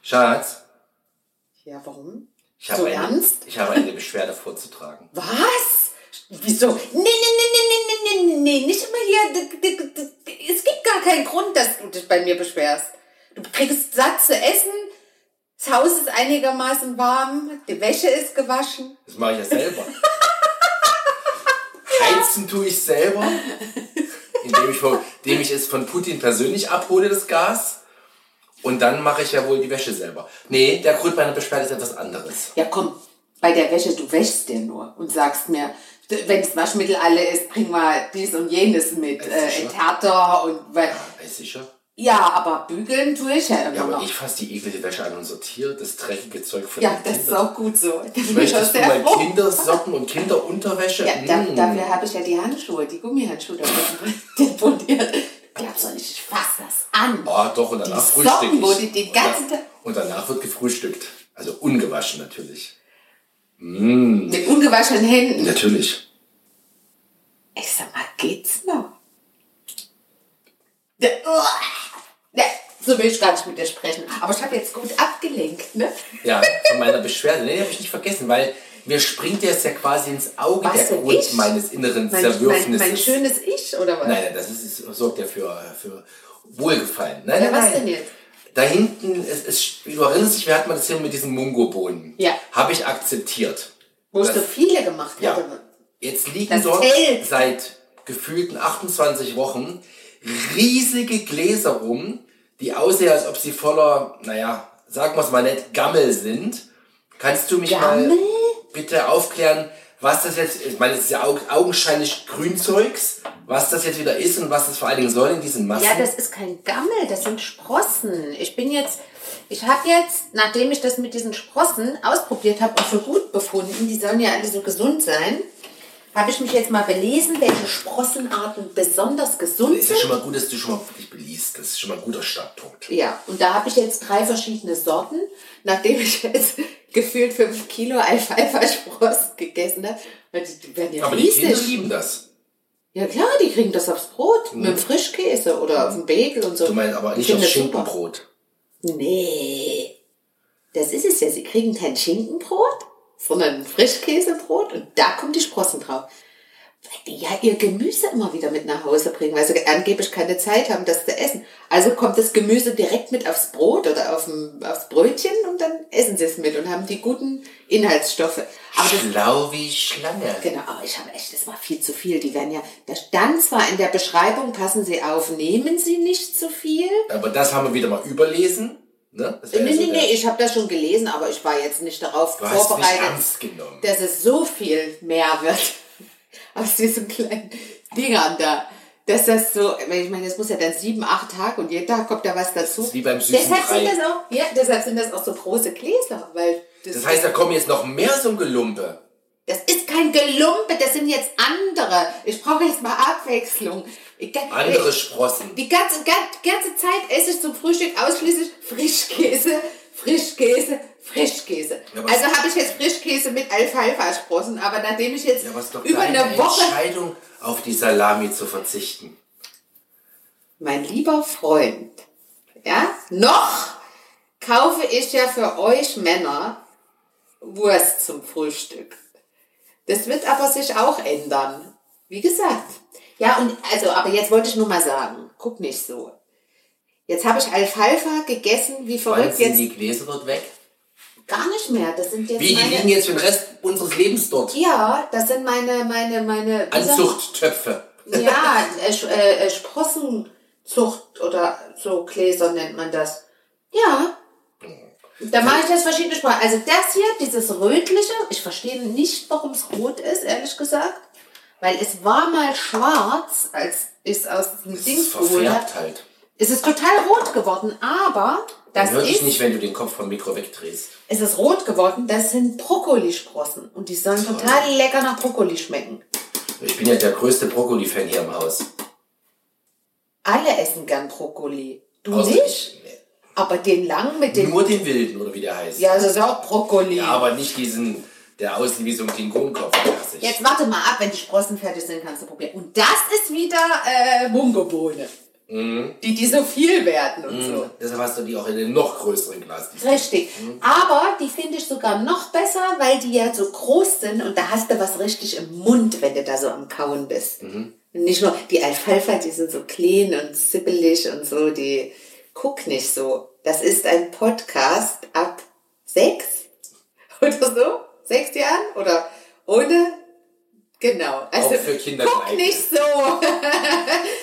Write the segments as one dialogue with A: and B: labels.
A: Schatz,
B: Ja, warum?
A: ich habe
B: so
A: eine,
B: ernst?
A: ich habe eine Beschwerde vorzutragen.
B: Was? Wieso? Nee, nee, nee, nee, nee, nee, nee, nee, nicht immer hier. D- d- d- d- Es gibt gar keinen Grund, dass du dich bei mir beschwerst. Du kriegst satt zu essen, das Haus ist einigermaßen warm, die Wäsche ist gewaschen.
A: Das mache ich ja selber. Heizen tue ich selber, indem ich, von, indem ich es von Putin persönlich abhole, das Gas. Und dann mache ich ja wohl die Wäsche selber. Nee, der Grund meiner Beschwerde ist etwas anderes.
B: Ja, komm, bei der Wäsche, du wäschst dir nur und sagst mir, d- wenn das Waschmittel alle ist, bring mal dies und jenes mit,
A: Ist
B: äh,
A: sicher?
B: Enthärter und. Weil,
A: Ey, sicher?
B: ja, aber bügeln tue ich ja immer
A: Ja, aber
B: noch.
A: ich fasse die eklige Wäsche an und sortiere das dreckige Zeug von
B: ja,
A: den
B: das ist
A: Kindern.
B: auch gut so. Da bin ich auch
A: Möchtest du
B: sehr
A: mal
B: froh.
A: Kindersocken und Kinderunterwäsche?
B: Ja, da,
A: Mm.
B: dafür habe ich ja die Handschuhe, die Gummihandschuhe da unten deponiert. Die haben so nicht, ich fass das an.
A: Ah, doch, und danach
B: Die Socken,
A: frühstück ich.
B: wo die den
A: Und
B: ganzen
A: da-
B: Tag-
A: Und danach wird gefrühstückt. Also ungewaschen natürlich.
B: Mit ungewaschenen Händen.
A: Natürlich.
B: Ich sag mal, geht's noch? Ja, uah. Ja, so will ich gar nicht mit dir sprechen. Aber ich habe jetzt gut abgelenkt, ne?
A: Ja, von meiner Beschwerde. Nee, habe ich nicht vergessen, weil mir springt jetzt ja quasi ins Auge
B: Was
A: der
B: denn
A: Grund
B: ich?
A: meines inneren
B: Mein, mein,
A: Zerwürfnisses.
B: mein schönes Ich, oder was?
A: Nein, nein, das ist, ist, sorgt ja für, für Wohlgefallen. Nein,
B: Ja,
A: nein,
B: was
A: nein.
B: denn jetzt?
A: Da hinten, es, es, du erinnerst dich, wir hatten mal das hier mit diesen Mungobohnen.
B: Ja.
A: Habe ich akzeptiert.
B: Wo ich
A: das-
B: so viele gemacht
A: Ja.
B: habe.
A: Jetzt liegen
B: Das
A: dort
B: zählt.
A: seit gefühlten 28 Wochen riesige Gläser rum, die aussehen, als ob sie voller, naja, sagen wir es mal nett, Gammel sind. Kannst du mich mal
B: Gammel?
A: bitte aufklären, was das jetzt, ich meine, es ist ja au- augenscheinlich Grünzeugs, was das jetzt wieder ist und was das vor allen Dingen soll in diesen Massen.
B: Ja, das ist kein Gammel, das sind Sprossen. Ich bin jetzt, ich habe jetzt, nachdem ich das mit diesen Sprossen ausprobiert habe und für gut befunden, die sollen ja alle so gesund sein, habe ich mich jetzt mal belesen, welche Sprossenarten besonders gesund
A: ist ja
B: sind.
A: schon mal gut, dass du schon mal dich beliest. Das ist schon mal ein guter Startpunkt.
B: Ja, und da habe ich jetzt drei verschiedene Sorten, nachdem ich jetzt gefühlt fünf Kilo Alfalfa-Sprossen gegessen habe. weil Die die werden ja
A: Aber die Kinder
B: riesig.
A: lieben das.
B: Ja klar, die kriegen das aufs Brot mit dem Frischkäse oder auf dem Bagel und so.
A: Mhm. Du meinst aber
B: Ich
A: nicht
B: finde
A: aufs
B: das super.
A: Schinkenbrot.
B: Nee. Das ist es ja. Sie kriegen kein Schinkenbrot, sondern ein Frischkäsebrot und da kommen die Sprossen drauf. Weil die ja ihr Gemüse immer wieder mit nach Hause bringen, weil sie angeblich keine Zeit haben, das zu essen. Also kommt das Gemüse direkt mit aufs Brot oder auf dem, aufs Brötchen und dann essen sie es mit und haben die guten Inhaltsstoffe. Aber das
A: Schlau wie Schlange.
B: Genau, aber ich habe echt, das war viel zu viel. Die werden ja, da stand zwar in der Beschreibung, passen Sie auf, nehmen Sie nicht zu viel.
A: Aber das haben wir wieder mal überlesen. Ne? Das wär
B: Nee,
A: ja so
B: nee,
A: der-
B: nee, ich habe das schon gelesen, aber ich war jetzt nicht darauf
A: Du hast mich
B: vorbereitet,
A: ernst genommen.
B: dass es so viel mehr wird aus diesen kleinen Dingern da. Dass das so, weil ich meine, das muss ja dann sieben, acht Tage und jeden Tag kommt da was dazu.
A: ist wie beim süßen
B: deshalb sind
A: Brei.
B: das auch, ja, deshalb sind das auch so große Gläser, weil
A: Das heißt, da kommen jetzt noch mehr so ein Gelumpe.
B: das ist kein Gelumpe, das sind jetzt andere. Ich brauche jetzt mal Abwechslung. Ich,
A: Andere
B: ich,
A: Sprossen.
B: die ganze, ganze, ganze Zeit esse ich zum Frühstück ausschließlich Frischkäse, Frischkäse, Frischkäse.
A: Ja, was-
B: also habe ich jetzt Frischkäse mit Alfalfa-Sprossen, aber nachdem ich jetzt
A: Ja, was doch
B: über
A: deine
B: eine Woche...
A: Entscheidung, auf die Salami zu verzichten.
B: Mein lieber Freund, ja, noch kaufe ich ja für euch Männer Wurst zum Frühstück. Das wird aber sich auch ändern. Wie gesagt. Ja, und also, aber jetzt wollte ich nur mal sagen, guck nicht so. Jetzt habe ich Alfalfa gegessen, wie
A: Wann
B: verrückt
A: sind
B: jetzt.
A: die Gläser dort weg?
B: Gar nicht mehr. Das sind jetzt
A: Wie, die
B: meine.
A: liegen jetzt für den Rest unseres Lebens dort.
B: ja, das sind meine, meine, meine. wie sagt-
A: Anzuchttöpfe.
B: Ja, äh, Sch- äh, äh, Sprossenzucht oder so Gläser nennt man das. Ja. Da mache ich das verschiedene Sprachen. Also das hier, dieses rötliche, ich verstehe nicht, warum es rot ist, ehrlich gesagt. Weil es war mal schwarz, als ich es aus dem
A: Das
B: Ding
A: ist
B: geholt habe.
A: verfärbt halt.
B: Es ist total rot geworden, aber
A: Das
B: das
A: hört dich
B: ist,
A: nicht, wenn du den Kopf vom Mikro wegdrehst.
B: es ist rot geworden, das sind Brokkolisprossen. Und die sollen total lecker nach Brokkoli schmecken.
A: Ich bin ja der größte Brokkoli-Fan hier im Haus.
B: Alle essen gern Brokkoli. Du
A: Außer
B: nicht?
A: Also ich.
B: Aber den langen mit dem.
A: Nur den Wilden, oder wie der heißt.
B: Ja, das ist auch Brokkoli.
A: Ja, aber nicht diesen, der aussieht wie so ein Klingonenkopf. hasse ich.
B: Jetzt warte mal ab, wenn die Sprossen fertig sind, kannst du probieren. Und das ist wieder äh, Mungobohne.
A: Mhm.
B: die, die so viel werden und so.
A: Deshalb hast du die auch in einem noch größeren Glas.
B: Richtig. Aber die finde ich sogar noch besser, weil die ja so groß sind und da hast du was richtig im Mund, wenn du da so am Kauen bist.
A: Mhm.
B: Und nicht nur die Alfalfa, die sind so clean und sibbelig und so, die guck nicht so. Das ist ein Podcast ab sechs oder so, sechs Jahren oder ohne. Genau. Also
A: Auch für Kinder
B: guck
A: geeignet.
B: nicht so.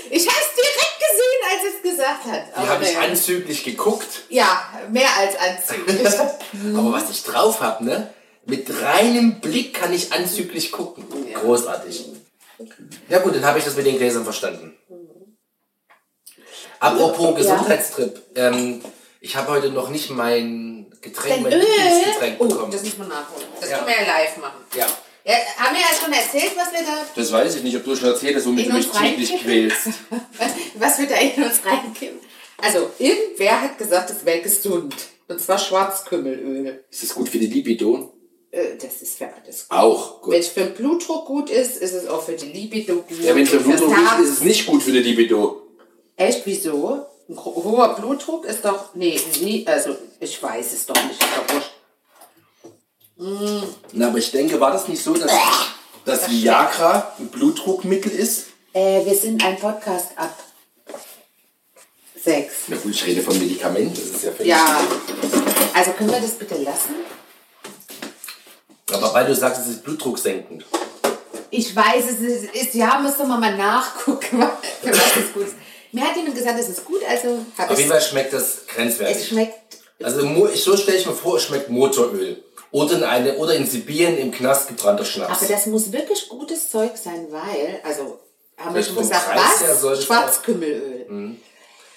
B: ich habe es direkt gesehen, als es gesagt hat.
A: Die
B: Aber
A: habe ich
B: naja.
A: anzüglich geguckt.
B: Ja, mehr als anzüglich.
A: Aber was ich drauf habe, ne? Mit reinem Blick kann ich anzüglich gucken. Großartig. Ja gut, dann habe ich das mit den Gläsern verstanden. Apropos Gesundheitstrip. Ähm, ich habe heute noch nicht mein Getränk,
B: Dein
A: mein
B: Öl. Oh,
A: Lieblingsgetränk bekommen.
B: das muss man nachholen. Das
A: Ja.
B: können wir ja live machen.
A: ja.
B: Ja, haben wir ja schon erzählt, was wir da,
C: Das weiß ich nicht, ob du schon erzählt hast, womit
B: In
C: du mich
B: uns rein?
C: täglich quälst.
B: was wir da in uns reingeben. Also, irgendwer hat gesagt, es wäre gesund. Und zwar Schwarzkümmelöl.
C: Ist das gut für die Libido?
B: Äh, Das ist für alles gut.
C: Auch gut.
B: Wenn es für den Blutdruck gut ist, ist es auch für die Libido gut.
C: Ja, wenn es für
B: Und fürs
C: Blutdruck
B: Herz.
C: ist, ist es nicht gut für die Libido.
B: Echt, wieso? Ein gro- hoher Blutdruck ist doch. Nee, nie, also ich weiß es doch nicht. Ist doch wurscht.
C: Na, aber ich denke, war das nicht so, dass, dass Viagra ein Blutdruckmittel ist?
B: Äh, wir sind ein Podcast ab sechs.
C: Na gut, ich rede von Medikamenten, das ist ja völlig...
B: Ja. Also können wir das bitte lassen?
A: Aber weil du sagst, es ist blutdrucksenkend.
B: Ich weiß, es ist, ist ja, müsste man mal nachgucken, für was es gut ist. Mir hat jemand gesagt, es ist gut, also
A: Auf
B: habe
A: jeden
B: ich
A: Fall schmeckt das
B: es.
A: grenzwertig.
B: schmeckt.
A: Also Mo- ich- so stelle ich mir vor, es schmeckt Motoröl. Oder in, eine, oder in Sibirien im Knast gebrannter Schnaps.
B: Aber das muss wirklich gutes Zeug sein, weil, also haben wir
A: Das
B: schon
A: vom
B: gesagt,
A: Preis her soll
B: was?
A: das
B: Schwarzkümmelöl.
A: Mhm.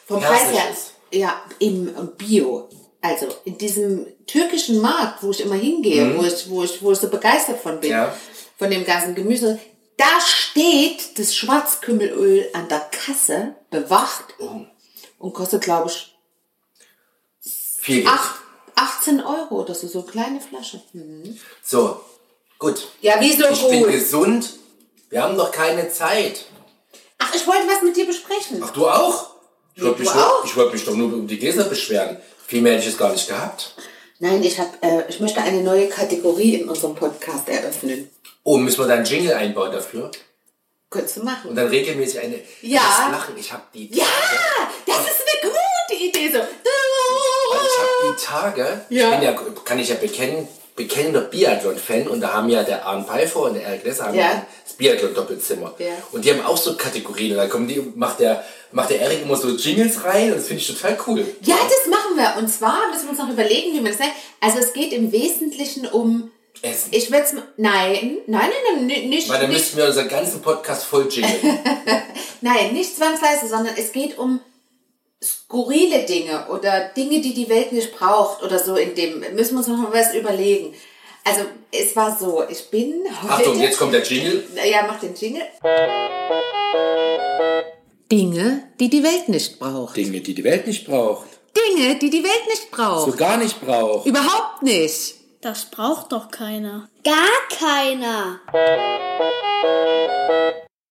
B: Vom
A: Persisches.
B: Preis her. Ja, im Bio. Also in diesem türkischen Markt, wo ich immer hingehe, wo, ich, wo, ich, wo ich so begeistert von bin,
A: Mhm. Ja.
B: von dem ganzen Gemüse, da steht das Schwarzkümmelöl an der Kasse bewacht
A: Oh.
B: und kostet, glaube ich,
A: Viel Geld.
B: acht, 18 Euro oder so, so eine kleine Flasche. Mhm.
A: So, gut.
B: Ja, wieso
A: Ich bin
B: gut?
A: gesund. Wir haben noch keine Zeit.
B: Ach, ich wollte was mit dir besprechen.
A: Ach, du auch? Ich wollte
B: du
A: mich, nur-
B: auch?
A: ich wollte mich doch nur um die Gläser beschweren. Viel mehr hätte ich es gar nicht gehabt.
B: Nein, ich, hab, äh, ich möchte eine neue Kategorie in unserem Podcast eröffnen.
A: Oh, müssen wir da einen Jingle einbauen dafür?
B: Könntest du machen.
A: Und dann regelmäßig eine...
B: Ja.
A: Das Lachen, ich habe die...
B: ja, das ist eine gute Idee. So.
A: Weil ich habe die Tage,
B: Ja.
A: ich bin ja, kann ich ja bekennen, bekennender Biathlon-Fan und da haben ja der Arne Pfeiffer und der Eric Lesser haben
B: Ja.
A: ja. das Biathlon-Doppelzimmer.
B: Ja.
A: Und die haben auch so Kategorien und dann kommen die, macht der, macht der Eric immer so Jingles rein und das finde ich total cool.
B: Ja, das machen wir. Und zwar müssen wir uns noch überlegen, wie man das nennt. Also es geht im Wesentlichen um...
A: Essen.
B: Ich würde es... Nein, nein, nein, nein, ni- nicht...
A: Weil dann
B: nicht-
A: müssten wir unseren ganzen Podcast voll jingeln.
B: Nein, nicht zwangsweise, sondern es geht um skurrile Dinge oder Dinge, die die Welt nicht braucht oder so in dem. Müssen wir uns noch mal was überlegen. Also, es war so, ich bin heute...
A: Achtung, jetzt kommt der Jingle.
B: Ja, mach den Jingle. Dinge, die die Welt nicht braucht.
C: Dinge, die die Welt nicht braucht.
B: Dinge, die die Welt nicht braucht.
C: gar nicht braucht.
B: Überhaupt nicht.
D: Das braucht doch keiner.
E: Gar keiner.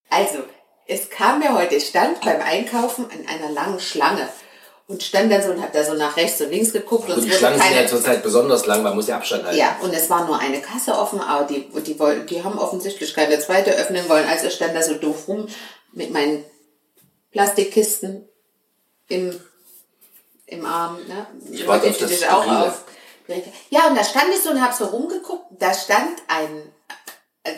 B: Also, es kam mir heute, ich stand beim Einkaufen an einer langen Schlange und stand dann so und hab da so nach rechts und links geguckt und
A: Und
B: es
A: die
B: wurde
A: Schlangen sind
B: keine-
A: ja zurzeit besonders lang, man muss ja Abstand halten.
B: Ja, und es war nur eine Kasse offen, aber die, und die, wollten, die haben offensichtlich keine zweite öffnen wollen. Also ich stand da so doof rum mit meinen Plastikkisten im, im Arm. Ne?
A: Ich warte auf
B: Hilft
A: das
B: dich auch
A: Skurrile.
B: auf. Ja, und da stand ich so und hab so rumgeguckt. Da stand ein,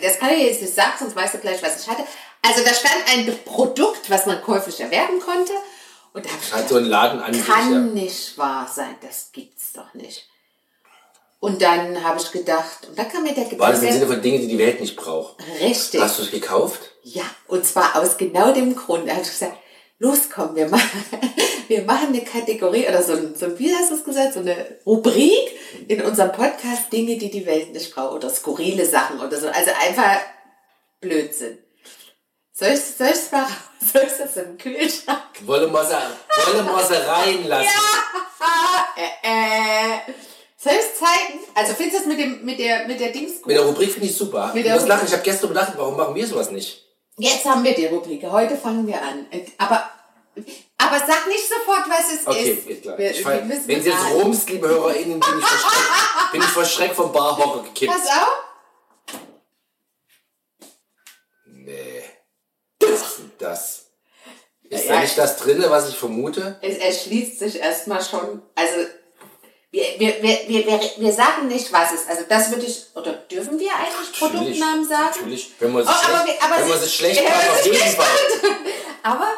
B: das kann ich jetzt nicht sagen, sonst weißt du gleich, was ich hatte. Also da stand ein Produkt, was man käuflich erwerben konnte. Und da hab ich
A: Hat so einen Laden an sich.
B: kann
A: Ja.
B: nicht wahr sein, das gibt's doch nicht. Und dann habe ich gedacht, und dann kam mir der
A: War das im Sinne
B: Gedanke,
A: von Dingen, die die Welt nicht braucht?
B: richtig,
A: Hast du es gekauft?
B: ja, und zwar aus genau dem Grund. Da habe ich gesagt, los komm, wir machen, wir machen eine Kategorie oder so, ein, so ein- wie hast du es gesagt, so eine Rubrik in unserem Podcast, Dinge, die die Welt nicht braucht oder skurrile Sachen oder so, also einfach Blödsinn. Soll ich, soll ich's mal, soll ich das im Kühlschrank?
A: Wolle Masse, Wolle Masse reinlassen.
B: Äh, soll ich es zeigen? Also findest du es mit, dem, mit, der, mit der Dings gut?
A: Mit der Rubrik finde ich super.
B: Mit
A: Mit
B: der
A: der
B: Rubrik-
A: Lachen. Ich habe gestern gedacht, warum machen wir sowas nicht?
B: Jetzt haben wir die Rubrik. Heute fangen wir an. Äh, Aber Aber sag nicht sofort, was es
A: Okay,
B: ist.
A: geht gleich.
B: Wir-
A: Ich
B: wir
A: fall,
B: müssen
A: wenn Sie jetzt
B: raten.
A: rumst, liebe HörerInnen, bin ich vor Schreck, bin ich vor Schreck vom Barhocker gekippt.
B: Pass auf.
A: Nee. Was ist denn das? Ist da nicht das drinne, was ich vermute?
B: Es erschließt sich erstmal schon. Also, wir, wir, wir, wir, wir, wir sagen nicht, was es ist. Also, das würde ich, oder dürfen wir eigentlich Produktnamen sagen?
A: Natürlich. Wenn man
B: Oh,
A: sich
B: aber
A: schlecht,
B: wir- aber
A: wenn man
B: sie-
A: sich schlecht
B: Ja,
A: macht, auf jeden Fall.
B: Aber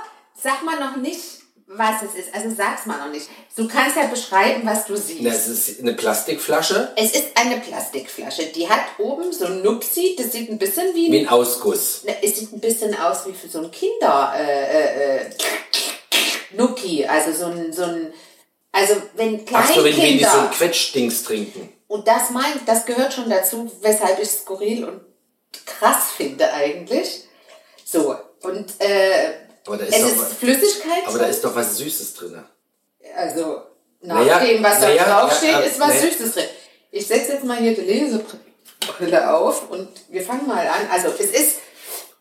B: sag mal noch nicht, was es ist. Also, sag's mal noch nicht. Du kannst ja beschreiben, was du siehst.
A: Na, es ist eine Plastikflasche
B: Es ist eine Plastikflasche. Die hat oben so ein Nupsi. Das sieht ein bisschen wie ein
A: mit einem Ausguss.
B: Na, Es sieht ein bisschen aus wie für so ein Kinder äh, äh, äh, Nuki, also so ein so ein also wenn
A: Ach so, wenn die wenn die
B: Kleinkinder
A: so ein Quetschdings trinken.
B: und das meint, das gehört schon dazu, weshalb ich skurril und krass finde eigentlich. So und äh,
A: Aber da ist
B: es
A: doch
B: ist
A: was-
B: Flüssigkeit.
A: Aber da ist doch was Süßes drin.
B: also nach
A: Naja,
B: dem, was da
A: naja,
B: draufsteht,
A: ja, ja,
B: ist was
A: naja.
B: Süßes drin. Ich setze jetzt mal hier die Lesebrille auf und wir fangen mal an. Also es ist,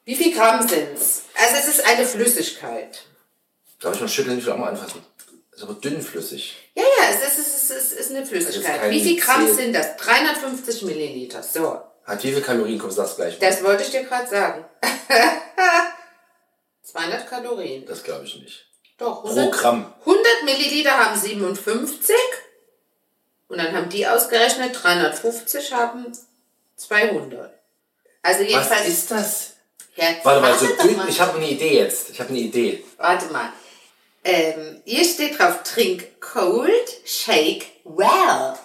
B: wie viel Gramm sind's? Also es ist eine Flüssigkeit.
A: Darf ich mal schütteln? Ich will auch mal anfassen. Ist aber dünnflüssig.
B: Ja, ja, es ist, es ist, es ist eine Flüssigkeit.
A: kein
B: wie viel Gramm
A: Zähl-
B: sind das? 350 Milliliter. So,
A: Hat wie viel Kalorien? Komm, sag's gleich. mal.
B: das wollte ich dir gerade sagen. 200 Kalorien.
A: Das glaube ich nicht.
B: Doch,
A: Pro
B: 100,
A: Gramm.
B: 100 Milliliter haben 57 und dann haben die ausgerechnet, 350 haben 200. Also
A: Was
B: jedenfalls
A: ist das?
B: Ja,
A: Warte mal, so
B: doch
A: dünn.
B: mal.
A: Ich habe eine Idee jetzt. Ich habe eine Idee.
B: Warte mal. Ähm, hier steht drauf, trink cold, shake well.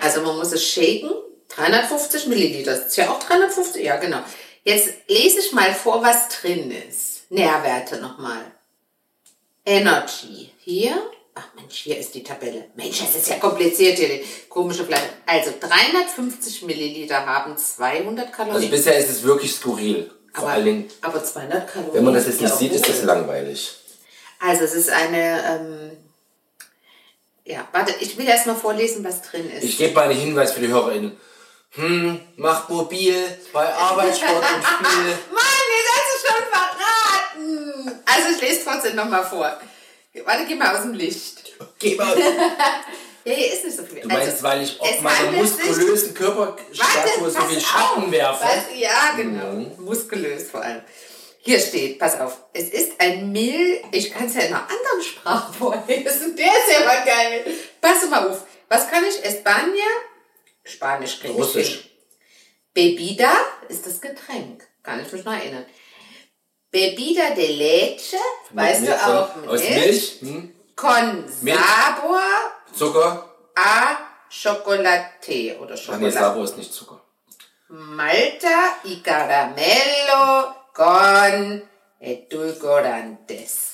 B: Also man muss es shaken. 350 Milliliter. Das ist ja auch 350. Ja, genau. Jetzt lese ich mal vor, was drin ist. Nährwerte nochmal. Energy. Hier. Ach Mensch, hier ist die Tabelle. Mensch, das ist ja kompliziert hier. die Komische Blätter. Also 350 Milliliter haben 200 Kalorien.
A: Also bisher ist es wirklich skurril. Vor
B: aber,
A: allen Dingen,
B: aber 200 Kalorien.
A: wenn man das jetzt nicht
B: ja
A: sieht, ist
B: wohl.
A: das langweilig.
B: Also es ist eine, ähm, ja, warte, ich will erst mal vorlesen, was drin ist.
A: Ich gebe mal einen Hinweis für die HörerInnen. Hm, macht mobil bei Arbeitssport und Spiel.
B: Mann, ihr seid es schon verraten! Also ich lese trotzdem nochmal vor. Warte, geh mal aus dem Licht.
A: Geh mal.
B: Ja, hier ist nicht so viel.
A: Du meinst, weil ich
B: Also, es
A: auf meinen
B: handelt sich-
A: muskulösen
B: Warte,
A: Körperstatue so
B: pass
A: viel
B: auf.
A: Schatten werfe?
B: Was? Ja, genau.
A: Mhm.
B: Muskulös vor allem. Hier steht, pass auf, es ist ein Mehl, ich kann es ja in einer anderen Sprache vorlesen, der ist ja mal geil. Pass mal auf, was kann ich? Espanja, Spanisch, krieg ich
A: Russisch.
B: hin. Bebida ist das Getränk, kann ich mich noch erinnern. Bebida de leche, weißt du
A: Milch von-
B: auch,
A: Aus Milch, hm,
B: Con
A: Milch.
B: sabor
A: Zucker.
B: a chocolate oder
A: Ach nee,
B: Schokolade.
A: Sabo ist nicht Zucker.
B: Malta y caramelo con edulcorantes.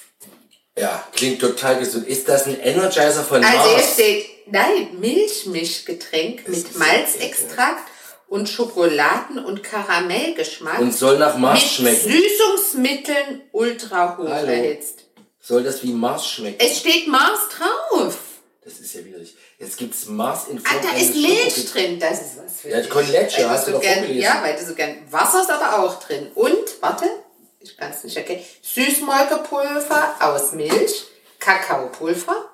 A: Ja, klingt total gesund. Ist das ein Energizer von
B: Also hier
A: Mars?
B: steht, nein, Milchmischgetränk
A: ist
B: mit
A: so
B: Malzextrakt und Schokoladen- und Karamellgeschmack
A: Und soll nach
B: mit
A: Mars schmecken.
B: Süßungsmitteln ultra hoch
A: Hallo.
B: erhitzt.
A: Soll das wie Mars schmecken?
B: Es steht Mars drauf.
A: Das ist ja widerlich. Jetzt gibt's Mars in
B: Ah,
A: Form
B: da
A: eines
B: ist Milch
A: Schokokekses.
B: drin. Das ist was für
A: Ja,
B: dich.
A: Con Leche,
B: Weil
A: hast du
B: so
A: doch
B: gern,
A: vorgelesen.
B: Ja, weil du so gern Wasser ist aber auch drin. Und, warte, ich kann es nicht erkennen, Süßmolkepulver aus Milch, Kakaopulver,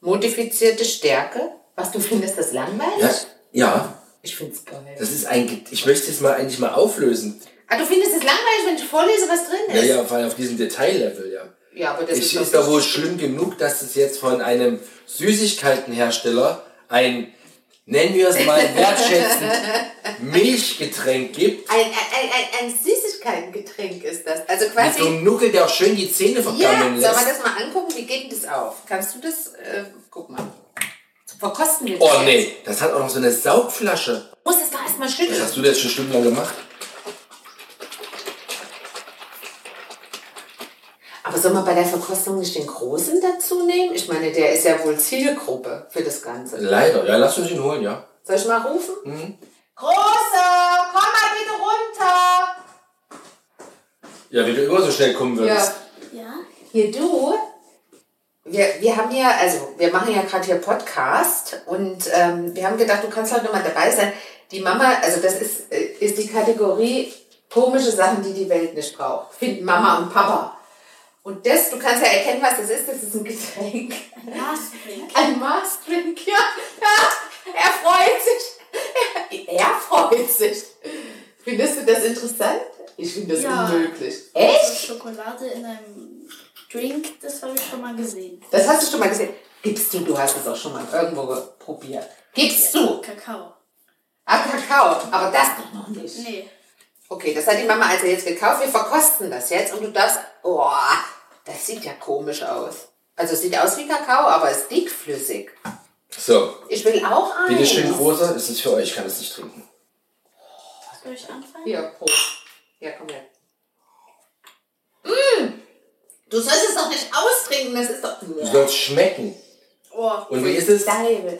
B: modifizierte Stärke. Was, du findest das langweilig?
A: Ja, ja,
B: Ich find's geil.
A: Das ist ein, Get- ich möchte es mal eigentlich mal auflösen.
B: ah, du findest es langweilig, wenn ich vorlese, was drin ist?
A: Ja, ja, vor allem auf diesem Detaillevel, ja.
B: Ja, aber das
A: Ich,
B: doch
A: ist doch wohl
B: nicht-
A: schlimm genug, dass es jetzt von einem Süßigkeitenhersteller ein, nennen wir es mal wertschätzend, Milchgetränk gibt.
B: Ein, ein, ein, ein, ein Süßigkeitengetränk ist das. Also
A: Mit
B: quasi...
A: so einem Nuckel, der auch schön die Zähne
B: Ja,
A: vergammeln
B: sollen wir
A: lässt.
B: das mal angucken? Wie geht denn das auf? Kannst du das? Äh, guck mal. Verkosten wir das.
A: Oh
B: jetzt?
A: nee, das hat auch noch so eine Saugflasche.
B: Du musst es doch erstmal
A: Das
B: schütteln.
A: hast du jetzt schon stundenlang gemacht?
B: Aber soll man bei der Verkostung nicht den Großen dazu nehmen? Ich meine, der ist ja wohl Zielgruppe für das Ganze.
A: Leider, ja, Mhm. lass uns ihn holen, ja.
B: Soll ich mal rufen? Großer, komm mal bitte runter.
A: Ja, wenn du immer so schnell kommen würdest.
B: Ja.
D: Ja?
B: Hier du. Wir, wir haben ja, also wir machen ja gerade hier Podcast und ähm, wir haben gedacht, du kannst heute mal dabei sein. Die Mama, also das ist, äh, ist die Kategorie komische Sachen, die die Welt nicht braucht. Finden Mama und Papa. Und das, du kannst ja erkennen, was das ist. Das ist ein Getränk. Ein Maßdrink, ja. ja. Er freut sich. Er freut sich. Findest du das interessant? Ich finde das
F: Ja.
B: unmöglich. Echt?
F: Schokolade in einem Drink, das habe ich schon mal gesehen.
B: Das hast du schon mal gesehen. Gibst du, du hast es auch schon mal irgendwo ge- probiert. Gibst du.
F: Kakao.
B: Ah, Kakao. Aber das doch noch nicht.
F: Nee.
B: Okay, das hat die Mama also jetzt gekauft. Wir verkosten das jetzt und du darfst. Oh, das sieht ja komisch aus. Also es sieht aus wie Kakao, aber es ist dickflüssig.
A: So,
B: Ich will auch eins.
A: bitte schön, Großer, das ist für euch, ich kann es nicht trinken.
F: Soll ich anfangen?
B: Hier, Prost. Ja, komm her. Mm, du sollst es doch nicht austrinken, das ist doch.
A: Du sollst schmecken.
F: Oh,
A: Und wie ist es?
B: Salbe.